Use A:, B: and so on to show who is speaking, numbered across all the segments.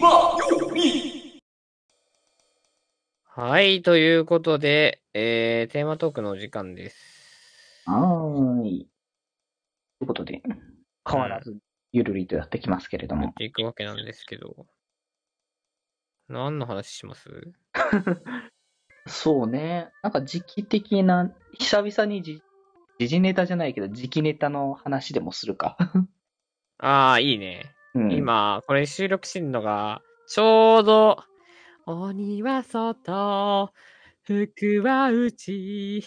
A: まより。
B: はい、ということで、えー、テーマトークのお時間です。
A: はーい。ということで、変わらず、ゆるりとやってきますけれど
B: や
A: も
B: っ。ていくわけなんですけど。何の話します
A: そうね。なんか時期的な、久々にじ時事ネタじゃないけど、時期ネタの話でもするか。
B: ああ、いいね。
A: うん、
B: 今、これ収録してるのが、ちょうど、鬼は外、服は内、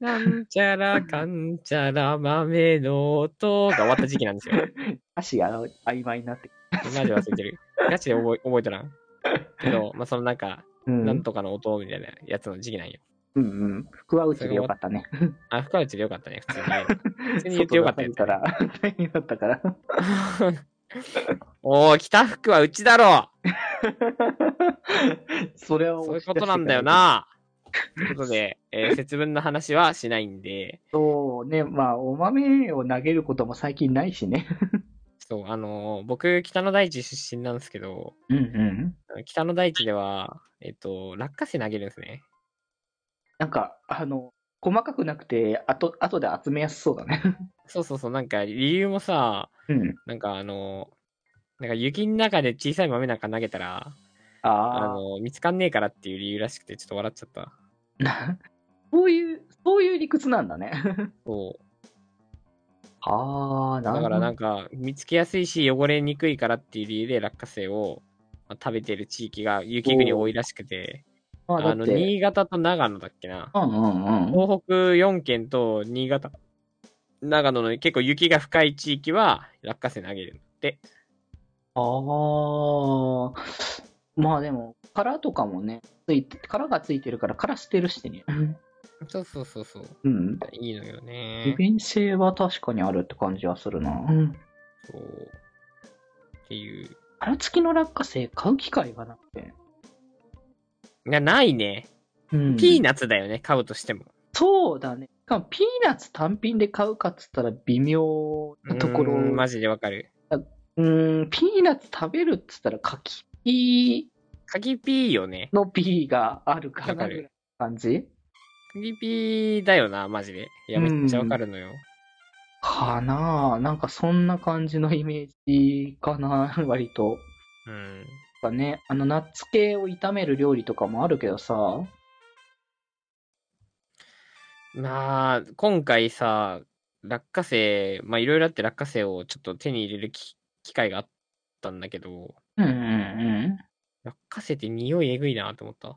B: なんちゃらかんちゃら豆の音が終わった時期なんですよ。
A: 歌詞が曖昧になってき
B: マジ忘れてる。ガチで覚え覚えとらん。けど、まあ、そのなんか、
A: うん
B: なんとかの音みたいなやつの時期なんよ。
A: うんうん。福は内でよかったね。
B: あ、深内でよかったね、普通に 言えば。普通に言って
A: 外
B: よ
A: が
B: かった
A: 晴
B: や
A: れ
B: つ
A: た
B: だね。
A: ら、 大変だったから。
B: おー、北福はうちだろ
A: それは
B: そういうことなんだよ。な。ということで、えー 節分の話はしないんで、
A: そうね、まあ、お豆を投げることも最近ないしね。
B: そう、あのー僕、北の大地出身なんですけど、
A: うんうん。
B: 北の大地では、えっと、落花生投げるんですね。
A: なんか、あの、細かくなくて、あと、後で集めやすそうだね。
B: そうそうそう、なんか理由もさ、
A: うん。
B: なんかあのーなんか雪の中で小さい豆なんか投げたら、あ
A: ああ、
B: のー見つかんねえからっていう理由らしくて、ちょっと笑っちゃった。
A: そういう、そういう理屈なんだね。
B: そう。
A: ああ、なる
B: だ
A: ほど。
B: からなんか見つけやすいし汚れにくいからっていう理由で落花生をまあ食べてる地域が雪国多いらしくて
A: まあ、
B: あ
A: だっ
B: の
A: て、
B: 新潟と長野だっけな
A: うんうんうん。
B: 東北4県と新潟長野の結構雪が深い地域は落花生投げるって
A: ああ、まあでも、殻とかもね、ついて、殻がついてるから、殻捨てるしね。
B: そうそうそうそう
A: うん。
B: いいのよね
A: 利便性は確かにあるって感じはするな。うん。
B: そうっていう
A: 殻付きの落花生買う機会がなくて。
B: がないね
A: うん
B: ピーナッツだよね、買うとしても
A: そうだね。しかもピーナッツ単品で買うかっつったら微妙なところ。
B: うーんマ
A: う
B: ジでわかる
A: ーん、ピーナッツ食べるっつったら柿ピ
B: 柿ピーよね
A: ーのピーがあるかな
B: わか
A: ぐ
B: る
A: らいの感じ
B: 柿ピーだよなマジでいやめっちゃわかるのよ、
A: かなぁ。なんかそんな感じのイメージかな ぁ、割と。
B: うん。
A: なんかね、あのナッツ系を炒める料理とかもあるけどさ。
B: まあ、今回さ、落花生、まあいろいろあって落花生をちょっと手に入れるき機会があったんだけど、
A: うんうんうん。
B: 落花生って匂いえぐいなと思った。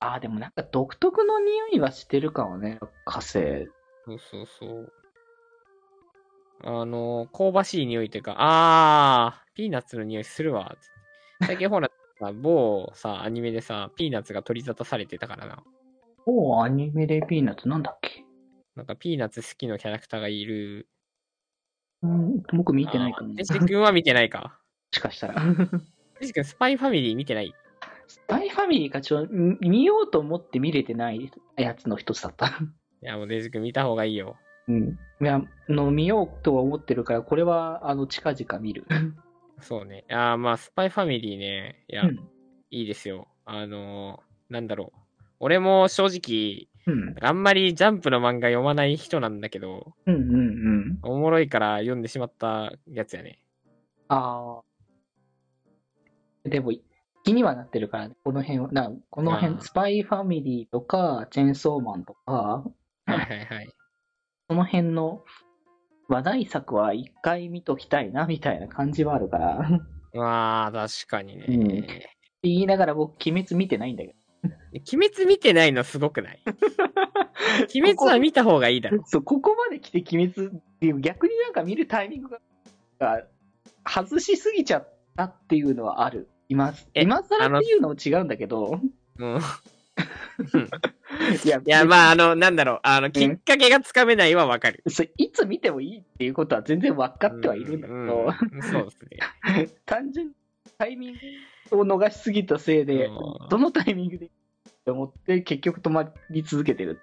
A: あーでもなんか独特の匂いはしてるかもね、落花生。
B: そうそうそう。あの、香ばしい匂いというか、あー、ピーナッツの匂いするわ。最近ほら、さ某さ、アニメでさ、ピーナッツが取り沙汰されてたからな。
A: おお、アニメでピーナッツなんだっけ
B: なんかピーナッツ好きのキャラクターがいる。
A: うん、僕見てないか
B: あ
A: も
B: ー。てじくんは見てないか。
A: しかしたら。
B: てじくん、スパイファミリー見てない
A: スパイファミリーがちょ、ん見ようと思って見れてないやつの一つだった。
B: いや、もうデジ君見た方がいいよ。
A: うん。いや、あの見ようとは思ってるから、これは、あの、近々見る。
B: そうね。あーまあ、スパイファミリーね。いや、
A: うん
B: いいですよ。あのーなんだろう。俺も正
A: うん。
B: 直、あんまりジャンプの漫画読まない人なんだけど、
A: うんうんうん。
B: おもろいから読んでしまったやつやね。
A: ああ。でも、気にはなってるからね、この辺は。なこの
B: あ
A: 辺、
B: ー
A: スパイファミリーとか、チェーンソーマンとか、
B: はいはいはい。
A: その辺の話題作は一回見ときたいな、みたいな感じはあるから。って
B: まあ、確かにね。
A: うん言いながら僕、鬼滅見てないんだけ
B: 鬼滅見てないのすごく ない鬼滅は見た方がいいだろ
A: ど。。そう、ここまで来て鬼滅っていう、逆になんか見るタイミングが、が外しすぎちゃったっていうのはある。今、
B: え
A: 今更っていうのも違うんだけど。
B: うん、い
A: いや、い
B: や、まあ、あの、なんだろう。あの、きっかけがつかめないはわかる。
A: そういつ見てもいいっていうことは全然分かってはいるんだけど、
B: うんうんそうですね。
A: 単純にタイミングを逃しすぎたせいで、
B: うん
A: どのタイミングでって思って結局止まり続けてる。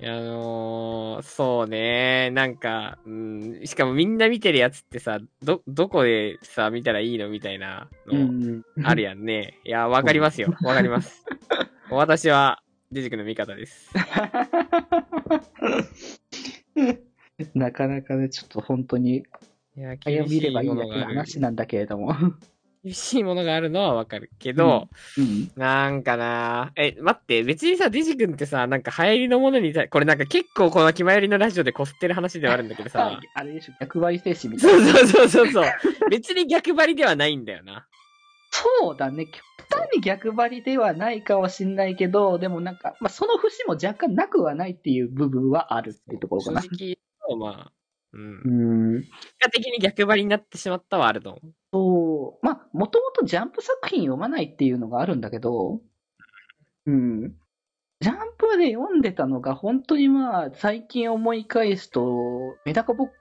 B: いやあのーそうね、なんか、うん、しかもみんな見てるやつってさ、ど、どこでさ、見たらいいのみたいなの、ある
A: や
B: やんね。いや、わかりますよ。わかります。 私は、デジ君の味方です。
A: ん。 なかなかね、ちょっと本当に、
B: いや、
A: 早
B: 厳し
A: 見れ
B: い
A: ばいい
B: も
A: だ
B: の
A: けの
B: がある。
A: 話なんだけれども。
B: 厳しいものがあるのはわかるけど、
A: うん。
B: なんかなえ、待って、別にさ、デジ君ってさ、なんか流行りのものに対、これなんか結構この気まよりのラジオでこすってる話ではあるんだけどさ
A: あ、あれでしょ、逆張り精神みた
B: そ
A: いうな。
B: そうそうそうそう。別に逆張りではないんだよな。
A: そうだね、極端に逆張りではないかもしんないけど、でもなんか、まあ、その節も若干なくはないっていう部分はあるっていうところかな。
B: 正直、まあ、うん。
A: う
B: 結
A: ん。
B: 果的に逆張りになってしまったはあると思う。
A: そう、まあ、もともとジャンプ作品読まないっていうのがあるんだけど、うん。ジャンプで読んでたのが、本当にまあ、最近思い返すと、メダカボック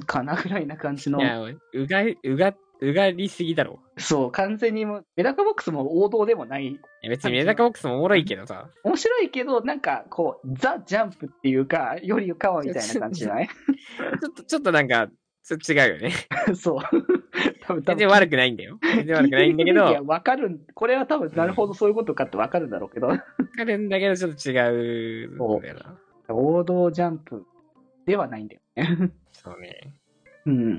A: スかなぐらいな感じの
B: い、や、うがい、うが、うがりすぎだろ。
A: そう、完全にもう、メダカボックスも王道でもない。
B: いや別にメダカボックスもおもろいけど さ。
A: 面白いけど、なんか、こう、ザ・ジャンプっていうか、よりかはみたいな感じじゃな い
B: ちょっと、ちょっとなんか、ちょっと違うよね。
A: そう。多分、
B: 全
A: 多分
B: 然悪くないんだよ。全然悪くないんだけど、
A: い
B: わ
A: や、わかるん、これは多分、なるほどそういうことかってわかるんだろうけど。
B: かるんだけど、ちょっと違うんだよな。
A: 王道ジャンプではないんだよね。
B: そうね。
A: うん。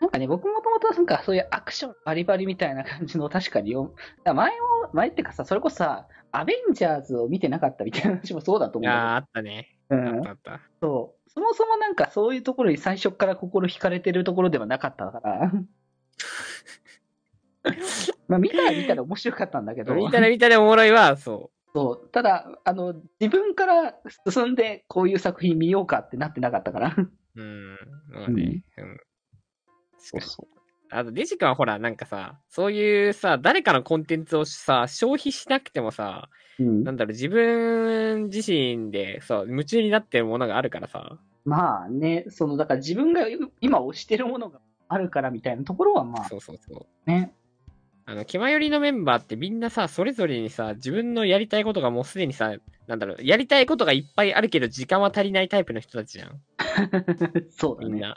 A: なんかね、僕もともとなんかそういうアクションバリバリみたいな感じの確かによ、だから前も、前ってかさ、それこそさ、アベンジャーズを見てなかったみたいな話もそうだと思うん
B: ああ、
A: だ
B: あったね。
A: けど。
B: あ
A: う
B: っ
A: ん
B: たあった。
A: そう。そもそもなんかそういうところに最初から心惹かれてるところではなかった から。まあ見たら見たら面白かったんだけど。
B: 見たら見たらおもろいは、そ
A: そう。ただ、あの、自分から進んでこういう作品見ようかってなってなかったから。
B: う。うん。そうね。うん。確かに。
A: そう。
B: あと、デジ君はほら、なんかさ、そういうさ、誰かのコンテンツをさ、消費しなくてもさ、
A: うん
B: な、んだろう、自分自身で、そう、夢中になってるものがあるからさ、
A: まあね、その、だから自分が今推してるものがあるからみたいなところはま
B: そうそうそう。
A: あね、
B: あの、気まよりのメンバーってみんなさ、それぞれにさ、自分のやりたいことがもうすでにさ、なんだろう、やりたいことがいっぱいあるけど、時間は足りないタイプの人たちじゃん、
A: そうだ
B: みん
A: ね。
B: な。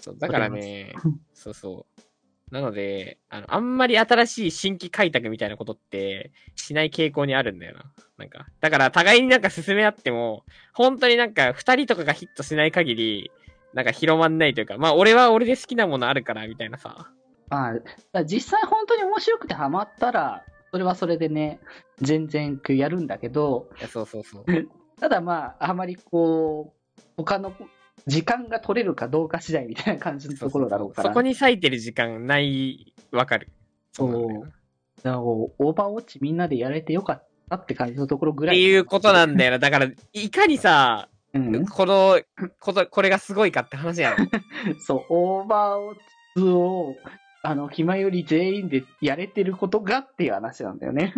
B: そう、だからね、そうそう。なので、あの、あんまり新しい新規開拓みたいなことって、しない傾向にあるんだよな。なんか、だから互いになんか進め合っても、本当になんか二人とかがヒットしない限り、なんか広まんないというか、まあ俺は俺で好きなものあるから、みたいなさ。
A: まあ、だから実際本当に面白くてハマったら、それはそれでね、全然やるんだけど、
B: いや、そうそうそう。
A: ただまあ、あまりこう、他の時間が取れるかどうか次第みたいな感じ のところだろうから。
B: そこに割いてる時間ない、わかる。そうなんだよな
A: だからオーバーウォッチみんなでやれてよかったって感じのところぐ
B: っ
A: らい。
B: ていうことなんだよな。だから、いかにさ、
A: うん。
B: この、こと、これがすごいかって話やろ。
A: そう、オーバーオッズを、あの、暇より全員でやれてることがっていう話なんだよね。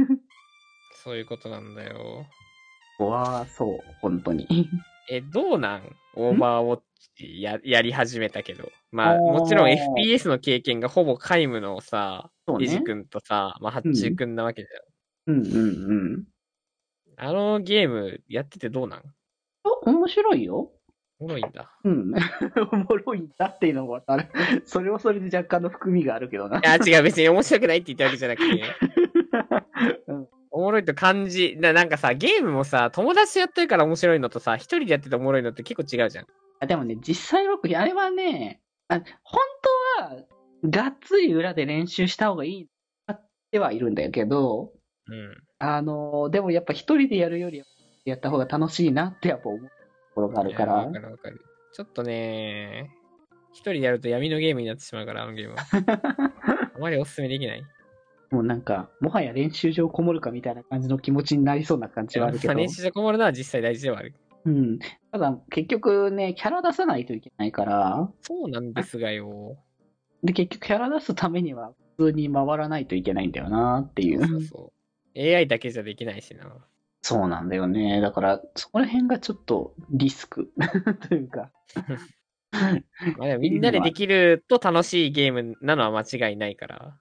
B: そういうことなんだよ。
A: わあ、そう、本当に。
B: え、どうなんオーバーウォッチややり始めたけど。まあ、
A: おー
B: もちろん FPS の経験がほぼ皆無のさ、
A: そう
B: デジ
A: ね。
B: 君とさ、まあ、ハッチュー君なわけじ
A: うんうんうん。
B: ゃん。あのゲームやっててどうなん
A: お面白いよ。
B: おもろいんだ。
A: うん。 おもろいんだっていうのもある。それはそれで若干の含みがあるけどな。
B: いや、違う、別に面白くないって言ったわけじゃなくて。
A: うん
B: おもろいと感じな、なんかさ、ゲームもさ、友達とやってるから面白いのとさ、一人でやってておもろいのって結構違うじゃん。
A: あでもね、実際僕、あれはね、あ本当は、がっつり裏で練習した方がいいなってはいるんだけど、
B: うん。
A: あのーでもやっぱ一人でやるよりやった方が楽しいなってやっぱ思うところがあるか
B: いや
A: ら
B: わか。るわかる。ちょっとね、一人でやると闇のゲームになってしまうから、あのゲームは。 あまりおすすめできない。
A: もうなんか、もはや練習場こもるかみたいな感じの気持ちになりそうな感じはあるけど。
B: 練習者こもるのは実際大事ではある。
A: うん。ただ結局ね、キャラ出さないといけないから、
B: そうなんですがよ。
A: で結局キャラ出すためには普通に回らないといけないんだよなってい。
B: そううそうそう。AI だけじゃできないしな。
A: そうなんだよね。だから、そこら辺がちょっとリスク というか。
B: まあでもみんなでできると楽しいゲームなのは間違いないから。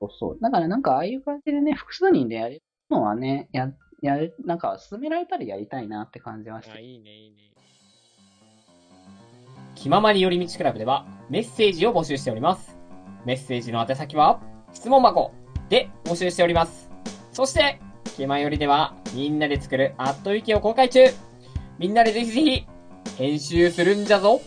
A: そうそう。だからなんかああいう感じでね、複数人でやるのはね、ややれ、なんか、勧められたらやりたいなって感じました
B: あ、。いいね、いいね。気ままに寄り道クラブではメッセージを募集しております。メッセージの宛先は、質問箱で募集しております。そして、気まよりでは、みんなで作るアットウィキを公開中みんなでぜひぜひ、編集するんじゃぞ